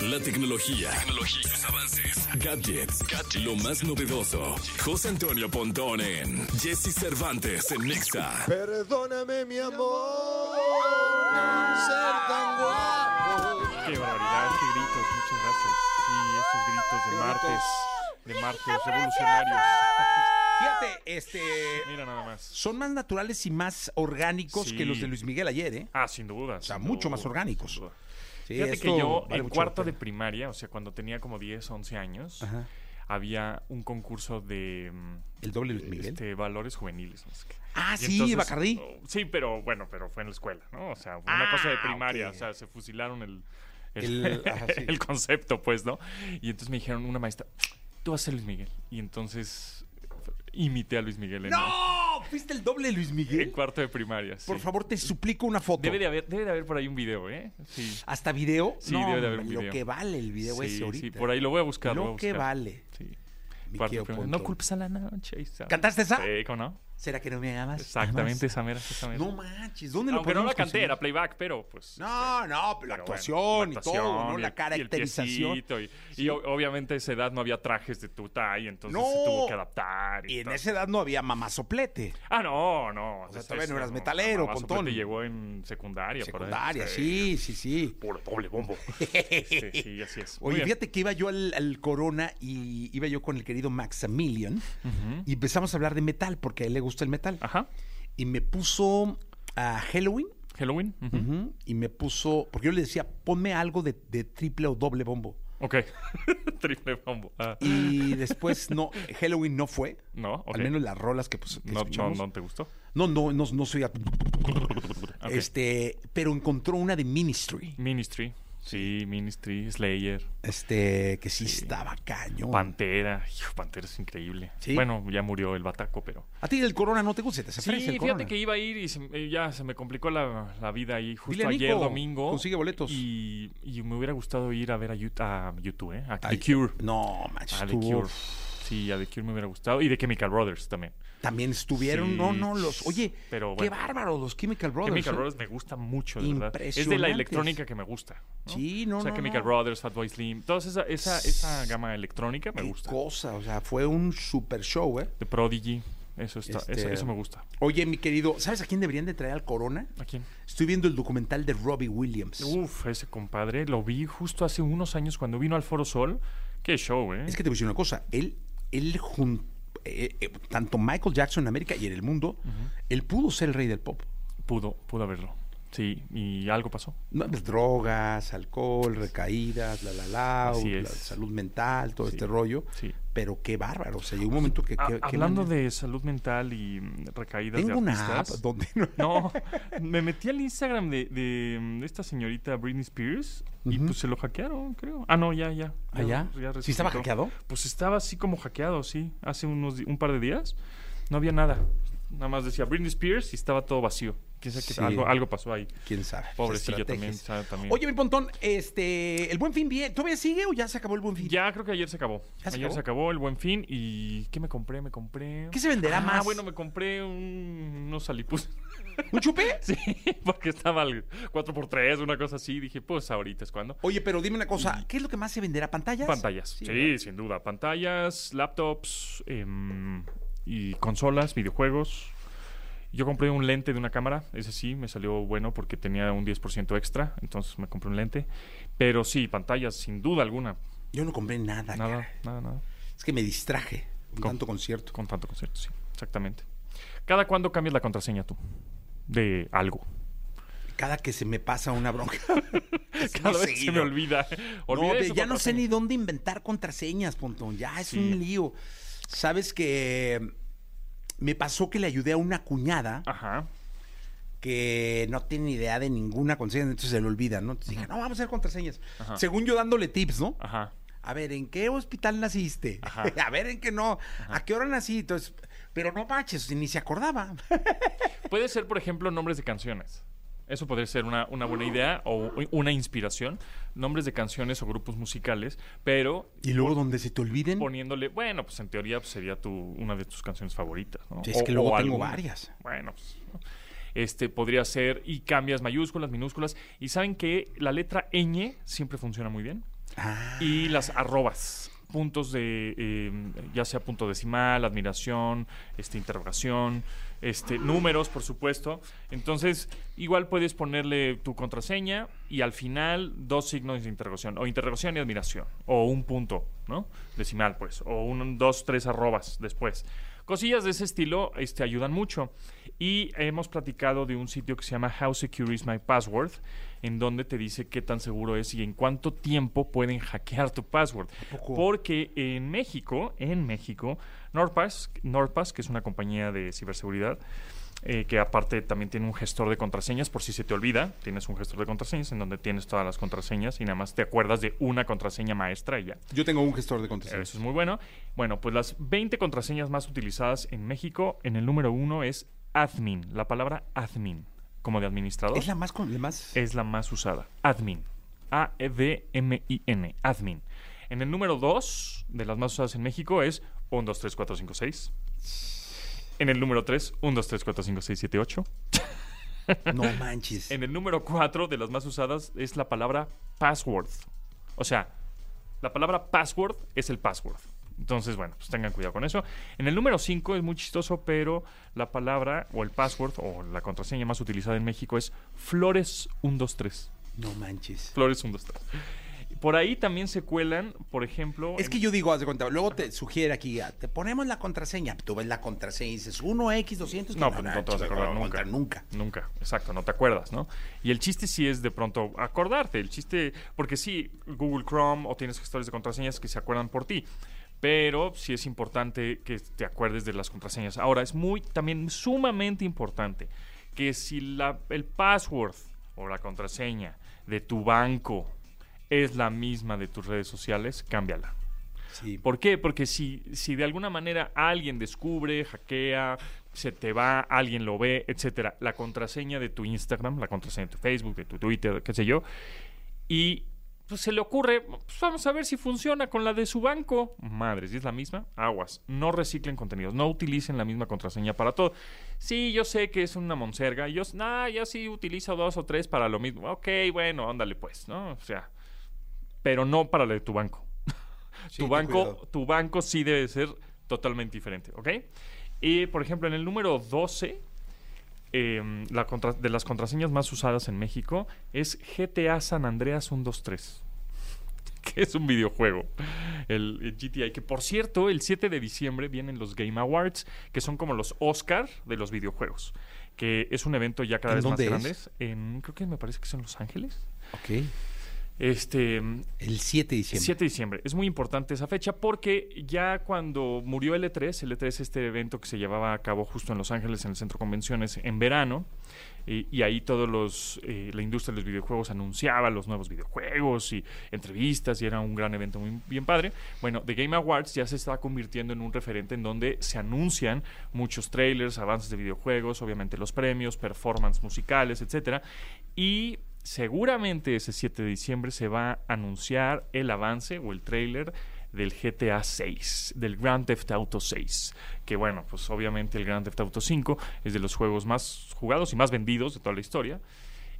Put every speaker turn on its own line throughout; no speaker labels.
La tecnología. Sus avances. Gadgets. Lo más novedoso. José Antonio Pontón en Jesse Cervantes en Nexa.
Perdóname, mi amor, ser tan guapo.
Qué barbaridad, qué gritos, muchas gracias. Sí, esos gritos de martes, de martes revolucionarios.
Fíjate, este.
Mira nada más.
Son más naturales y más orgánicos
Sí.
que los de Luis Miguel ayer, ¿eh?
Ah, sin duda. O
sea, mucho más orgánicos. Sí,
Fíjate
esto
que yo
vale
en
mucho
cuarto
la
de
pena.
primaria, o sea, cuando tenía como 10, 11 años, había un concurso de mm,
¿El doble Luis Miguel?
este, valores juveniles. no sé qué.
Ah,
Y
sí, Bacardí.
oh, sí, pero bueno, pero fue en la escuela, ¿no? O sea, fue una
Ah,
cosa de primaria,
ok.
o sea, se fusilaron el,
El- ajá, sí.
el concepto, pues, ¿no? Y entonces me dijeron una maestra, tú vas a ser Luis Miguel. Y entonces imité a Luis Miguel en,
¡No! ¿Fuiste el doble Luis
en
Miguel?
cuarto de primaria.
Por
sí.
favor, te suplico una foto.
Debe de, haber, debe de haber por ahí un video, ¿eh? Sí.
¿Hasta video?
Sí,
no,
debe de haber un
hombre, Lo
video.
que vale el video
sí,
ese ahorita.
sí, por ahí lo voy a buscar.
Lo
voy a
que
buscar.
vale.
Sí.
mi
Cuarto
querido
de primaria.
Pontón.
No culpes a la noche. Isabel.
¿Cantaste esa?
Sí, ¿cómo no?
¿Será que no me amas?
Exactamente,
amas?
esa mera, esa mera.
No manches, ¿dónde lo
Aunque no
podemos
la canté,
conseguir?
era playback, pero pues...
No, no, pero la
Pero bueno,
actuación
la
y todo,
actuación
¿no?
y
la
el-
caracterización.
Y, el piecito y- y o- obviamente a esa edad no había trajes de tu talla, entonces se
No.
tuvo que adaptar. Y,
Y en Pues
todo.
esa edad no había mamazoplete.
Ah, no, no.
sea,
es-
todavía
es-
no eras metalero,
Mamá
Pontón.
Soplete llegó en secundaria. por ahí.
Secundaria, sí, sí, sí.
Puro doble bombo. Sí, sí, así es. Muy
Oye,
bien.
fíjate que iba yo al, al Corona y iba yo con el querido Maximilian y empezamos a hablar de metal porque a él le gusta el metal.
Ajá.
Y me puso a Halloween
Halloween. ujú.
ujú, y me puso, porque yo le decía, ponme algo de, de triple o doble bombo.
Ok. Triple bombo. Ah,
Y después no, Halloween no fue.
No, ok.
Al menos las rolas que, pues, que
no, no,
escuchamos.
no te gustó.
No, no, no, no soy. a-
Ok.
Este, pero encontró una de Ministry.
Ministry. Sí, Ministry, Slayer,
Este, que sí, estaba caño.
Pantera. Hijo, Pantera es increíble.
Sí.
Bueno, ya murió el bataco, pero.
A ti del corona no te gusta, te
Sí,
desaparece el
fíjate
corona.
que iba a ir y se- eh, ya se me complicó la, la vida ahí
Dile
justo
a
ayer
Nico,
domingo.
consigue boletos.
Y, y me hubiera gustado ir a ver a, Ut- a YouTube, ¿eh? A
Ay,
The Cure.
No, manches,
A The
estuvo-
Ah, Cure. Sí, a The Cure me hubiera gustado. Y de Chemical Brothers también.
También estuvieron,
Sí,
no, no, los. Oye,
pero
qué
bueno.
bárbaro, los Chemical Brothers.
Chemical
¿eh?
Brothers me gusta mucho, de verdad. Es de la
Impresionantes.
electrónica que me gusta. ¿no?
Sí, no,
O sea,
no,
Chemical
no.
Brothers, Fatboy Slim, toda esa, esa, esa gama electrónica me
Qué
gusta.
cosa, o sea, fue un super show, ¿eh?
The Prodigy, eso, está, eso-
Este-
eso me gusta.
Oye, mi querido, ¿sabes a quién deberían de traer al corona?
¿A quién?
Estoy viendo el documental de Robbie Williams.
Uf, ese compadre lo vi justo hace unos años cuando vino al Foro Sol. Qué show, ¿eh?
Es que te voy a decir una cosa, él, él jun- eh, eh, tanto Michael Jackson en América y en el mundo, él pudo ser el rey del pop.
Pudo, pudo haberlo. Sí, y algo pasó.
No, pues, drogas, alcohol, recaídas, la la la,
Así
la
es.
salud mental, todo
Sí,
este rollo.
sí.
Pero qué bárbaro. O sea, llegó un momento que.
A-
que- que
Ah, hablando
manera-
de salud mental y mm, recaídas
Tengo
de
una app
artistas.
donde.
No, me metí al Instagram de, de, mm, esta señorita Britney Spears y
Ujú.
pues se lo hackearon, creo. Ah, no, ya, ya.
¿Ah, ya?
resucitó.
¿Sí estaba hackeado?
Pues estaba así como hackeado, sí. Hace unos di- un par de días no había nada. Nada más decía Britney Spears y estaba todo vacío. Quién sabe que
Sí.
algo, algo pasó ahí.
Quién sabe.
Pobrecilla también,
Estrategias.
sabe, también.
Oye, mi pontón, este. El buen fin bien. ¿Todavía sigue o ya se acabó el buen fin?
Ya creo que ayer se acabó.
¿Ya se
ayer
acabó?
se acabó el buen fin y ¿qué me compré? Me compré.
¿Qué se venderá
Ah,
más?
bueno, me compré un- unos salipus.
¿Un chupé?
sí, porque estaba al 4x3, una cosa así. Dije, pues ahorita es cuando.
Oye, pero dime una cosa. ¿Qué es lo que más se venderá? ¿Pantallas?
Pantallas. Sí,
Sí. ¿verdad?
sin duda. Pantallas, laptops em, y consolas, videojuegos. Yo compré un lente de una cámara, ese sí, me salió bueno porque tenía un 10% extra, entonces me compré un lente. Pero sí, pantallas, sin duda alguna.
Yo no compré nada.
Nada,
cara.
nada, nada.
Es que me distraje con
Con-
tanto concierto.
Con tanto concierto, sí, exactamente. ¿Cada cuándo cambias la contraseña tú? De algo.
Cada que se me pasa una bronca. Es muy
Cada vez se
seguido.
me olvida.
no,
Olvidé
de-
esa
ya no sé
contraseña.
ni dónde inventar contraseñas, Pontón. Ya es
Sí.
un lío. Sabes que eh, me pasó que le ayudé a una cuñada
Ajá.
que no tiene idea de ninguna contraseña, entonces se le olvida, ¿no? Entonces dije, no, vamos a hacer contraseñas. Según yo dándole tips, ¿no?
Ajá.
A ver, ¿en qué hospital naciste?
Ah. Ajá.
A ver, ¿en qué no? ¿A qué hora nací? Entonces, pero no manches, ni se acordaba.
Puede ser, por ejemplo, nombres de canciones. Eso podría ser una, una buena idea o una inspiración. Nombres de canciones o grupos musicales, pero
y luego donde se te olviden,
poniéndole, bueno, pues en teoría pues, sería tu, una de tus canciones favoritas, ¿no?
Sí, es que luego tengo varias.
Bueno, pues, ¿no? este podría ser y cambias mayúsculas, minúsculas. Y saben que la letra ñ siempre funciona muy bien.
Ah.
y las arrobas. Puntos de, eh, ya sea punto decimal, admiración, este, interrogación, este, números, por supuesto. Entonces, igual puedes ponerle tu contraseña y al final dos signos de interrogación, o interrogación y admiración, o un punto, ¿no? Decimal, pues, o un, dos, tres arrobas después. Cosillas de ese estilo este, ayudan mucho. Y hemos platicado de un sitio que se llama How Secure is My Password, en donde te dice qué tan seguro es y en cuánto tiempo pueden hackear tu password. Porque en México, en México, NordPass, NordPass que es una compañía de ciberseguridad, eh, que aparte también tiene un gestor de contraseñas por si se te olvida. Tienes un gestor de contraseñas en donde tienes todas las contraseñas y nada más te acuerdas de una contraseña maestra y ya.
Yo tengo un gestor de contraseñas.
Eso es muy bueno. Bueno, pues las 20 contraseñas más utilizadas en México, en el número uno es admin, la palabra admin, como de administrador,
Es la más con la más.
es la más usada. Admin. E A-D-M-I-N, admin. En el número dos de las más usadas en México es 1, 2, 3, 4, 5, 6. En el número 3, 1, 2, 3, 4, 5, 6, 7, 8.
No manches.
En el número 4 de las más usadas es la palabra password. O sea, la palabra password es el password. Entonces, bueno, pues tengan cuidado con eso. En el número 5 es muy chistoso, pero la palabra o el password o la contraseña más utilizada en México es flores123.
No manches.
Flores123. Por ahí también se cuelan, por ejemplo...
Es que
en-
yo digo, haz de cuenta, luego te sugiere aquí, ah, te ponemos la contraseña, tú ves la contraseña y dices 1X200.
No, pues no te vas a acordar nunca.
nunca.
Nunca, exacto, no te acuerdas, ¿no? Y el chiste sí es de pronto acordarte, el chiste, porque sí, Google Chrome o tienes gestores de contraseñas que se acuerdan por ti, pero sí es importante que te acuerdes de las contraseñas. Ahora, es muy, también sumamente importante que si la, el password o la contraseña de tu banco es la misma de tus redes sociales, cámbiala.
Sí.
¿Por qué? Porque si, si de alguna manera alguien descubre, hackea, se te va, alguien lo ve, etcétera, la contraseña de tu Instagram, la contraseña de tu Facebook, de tu Twitter, qué sé yo, y pues se le ocurre, pues vamos a ver si funciona con la de su banco. Madres, ¿y es la misma? Aguas. No reciclen contenidos, no utilicen la misma contraseña para todo. Sí, yo sé que es una monserga, yo, s- nah, yo sí utilizo dos o tres para lo mismo. Ok, bueno, ándale pues, ¿no? O sea, pero no para la de tu banco.
Sí,
tu,
ten
banco
cuidado.
tu banco sí debe ser totalmente diferente, ¿ok? Y, por ejemplo, en el número 12, em, la contra- de las contraseñas más usadas en México es GTA San Andreas 123, que es un videojuego, el, el GTA, que por cierto, el 7 de diciembre vienen los Game Awards, que son como los Oscar de los videojuegos, que es un evento ya cada
¿En
vez más
dónde es?
grande. En- creo que me parece que es en Los Ángeles.
Ok.
Este,
El 7 de diciembre.
7 de diciembre. Es muy importante esa fecha porque ya cuando murió L3, L3 es este evento que se llevaba a cabo justo en Los Ángeles, en el centro de convenciones, en verano, y, y ahí todos los eh, la industria de los videojuegos anunciaba los nuevos videojuegos y entrevistas, y era un gran evento muy bien padre. Bueno, The Game Awards ya se está convirtiendo en un referente en donde se anuncian muchos trailers, avances de videojuegos, obviamente los premios, performance musicales, etcétera. Y seguramente ese 7 de diciembre se va a anunciar el avance o el trailer del GTA 6, del Grand Theft Auto 6, que bueno, pues obviamente el Grand Theft Auto 5 es de los juegos más jugados y más vendidos de toda la historia.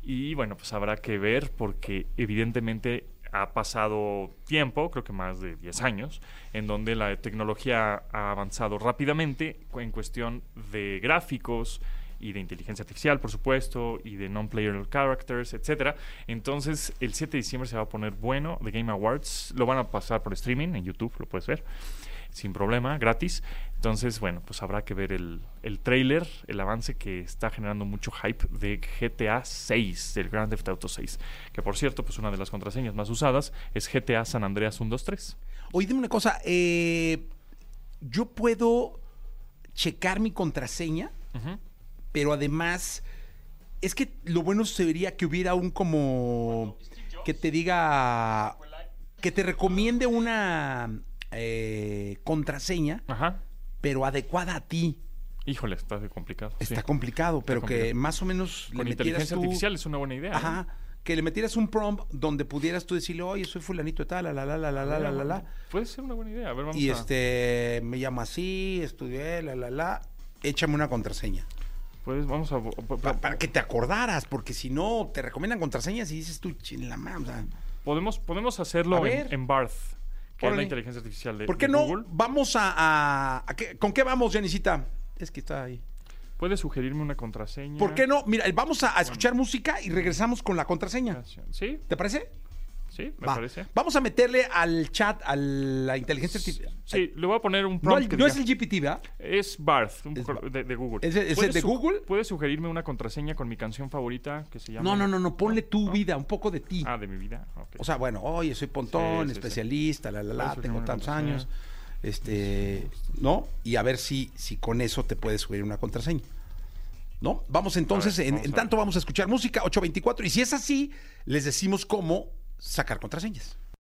Y bueno, pues habrá que ver porque evidentemente ha pasado tiempo, creo que más de 10 años, en donde la tecnología ha avanzado rápidamente cu- en cuestión de gráficos y de inteligencia artificial, por supuesto, y de non-player characters, etcétera. Entonces, el 7 de diciembre se va a poner bueno, The Game Awards, lo van a pasar por streaming en YouTube, lo puedes ver sin problema, gratis. Entonces, bueno, pues habrá que ver el, el trailer, el avance que está generando mucho hype de GTA 6, del Grand Theft Auto 6. Que por cierto, pues una de las contraseñas más usadas es GTA San Andreas 123.
Oye, dime una cosa. eh, yo puedo checar mi contraseña, pero además. Es que lo bueno sería que hubiera un como. Que te diga. Que te recomiende una eh, contraseña,
Ajá.
pero adecuada a ti.
Híjole, está de complicado. sí.
Está complicado, pero que
complicado.
más o menos
Con
le metieras
inteligencia
tú-
artificial es una buena idea. ¿eh?
Ajá. Que le metieras un prompt donde pudieras tú decirle, oye, soy fulanito de tal, la la la la la la la la la.
Puede ser una buena idea. A ver, vamos
Y
a...
este, me llamo así, estudié, la la la. Échame una contraseña.
Pues vamos a...
Pa- para que te acordaras, porque si no, te recomiendan contraseñas y dices tú, "Chin, la mam", o sea,
Podemos, podemos hacerlo
A
en,
ver.
en Barth, que es la
Órale.
inteligencia artificial de,
¿Por qué
de
no?
Google.
Vamos a... a- a qué- ¿Con qué vamos, Janicita? Es que está ahí.
¿Puedes sugerirme una contraseña?
¿Por qué no? Mira, vamos a, a escuchar música y regresamos con la contraseña.
Sí,
¿Te parece?
sí, me
Va.
parece.
Vamos a meterle al chat, a la inteligencia artificial.
Sí, le voy a poner un
No,
prompt.
al-
que
no
diga-
es el GPT, ¿verdad?
Es Barth, un
Es
pro-
Barth.
de, de Google.
¿Es- es el
¿Puedes
de
su-
Google?
¿Puedes sugerirme una contraseña con mi canción favorita que se llama?
No, no, no, no. Ponle tu vida, un poco de ti.
Ah, de mi vida. ok.
O sea, bueno, oye, soy pontón,
Sí, sí, sí.
especialista, la, la, la,
Puedes subir
tengo
una
tantos
contraseña.
años. Este, ¿no? Y a ver si, si con eso te puedes subir una contraseña. ¿No? Vamos entonces,
ver,
en,
vamos
en
a ver.
tanto vamos a escuchar música 824 y si es así, les decimos cómo sacar contraseñas.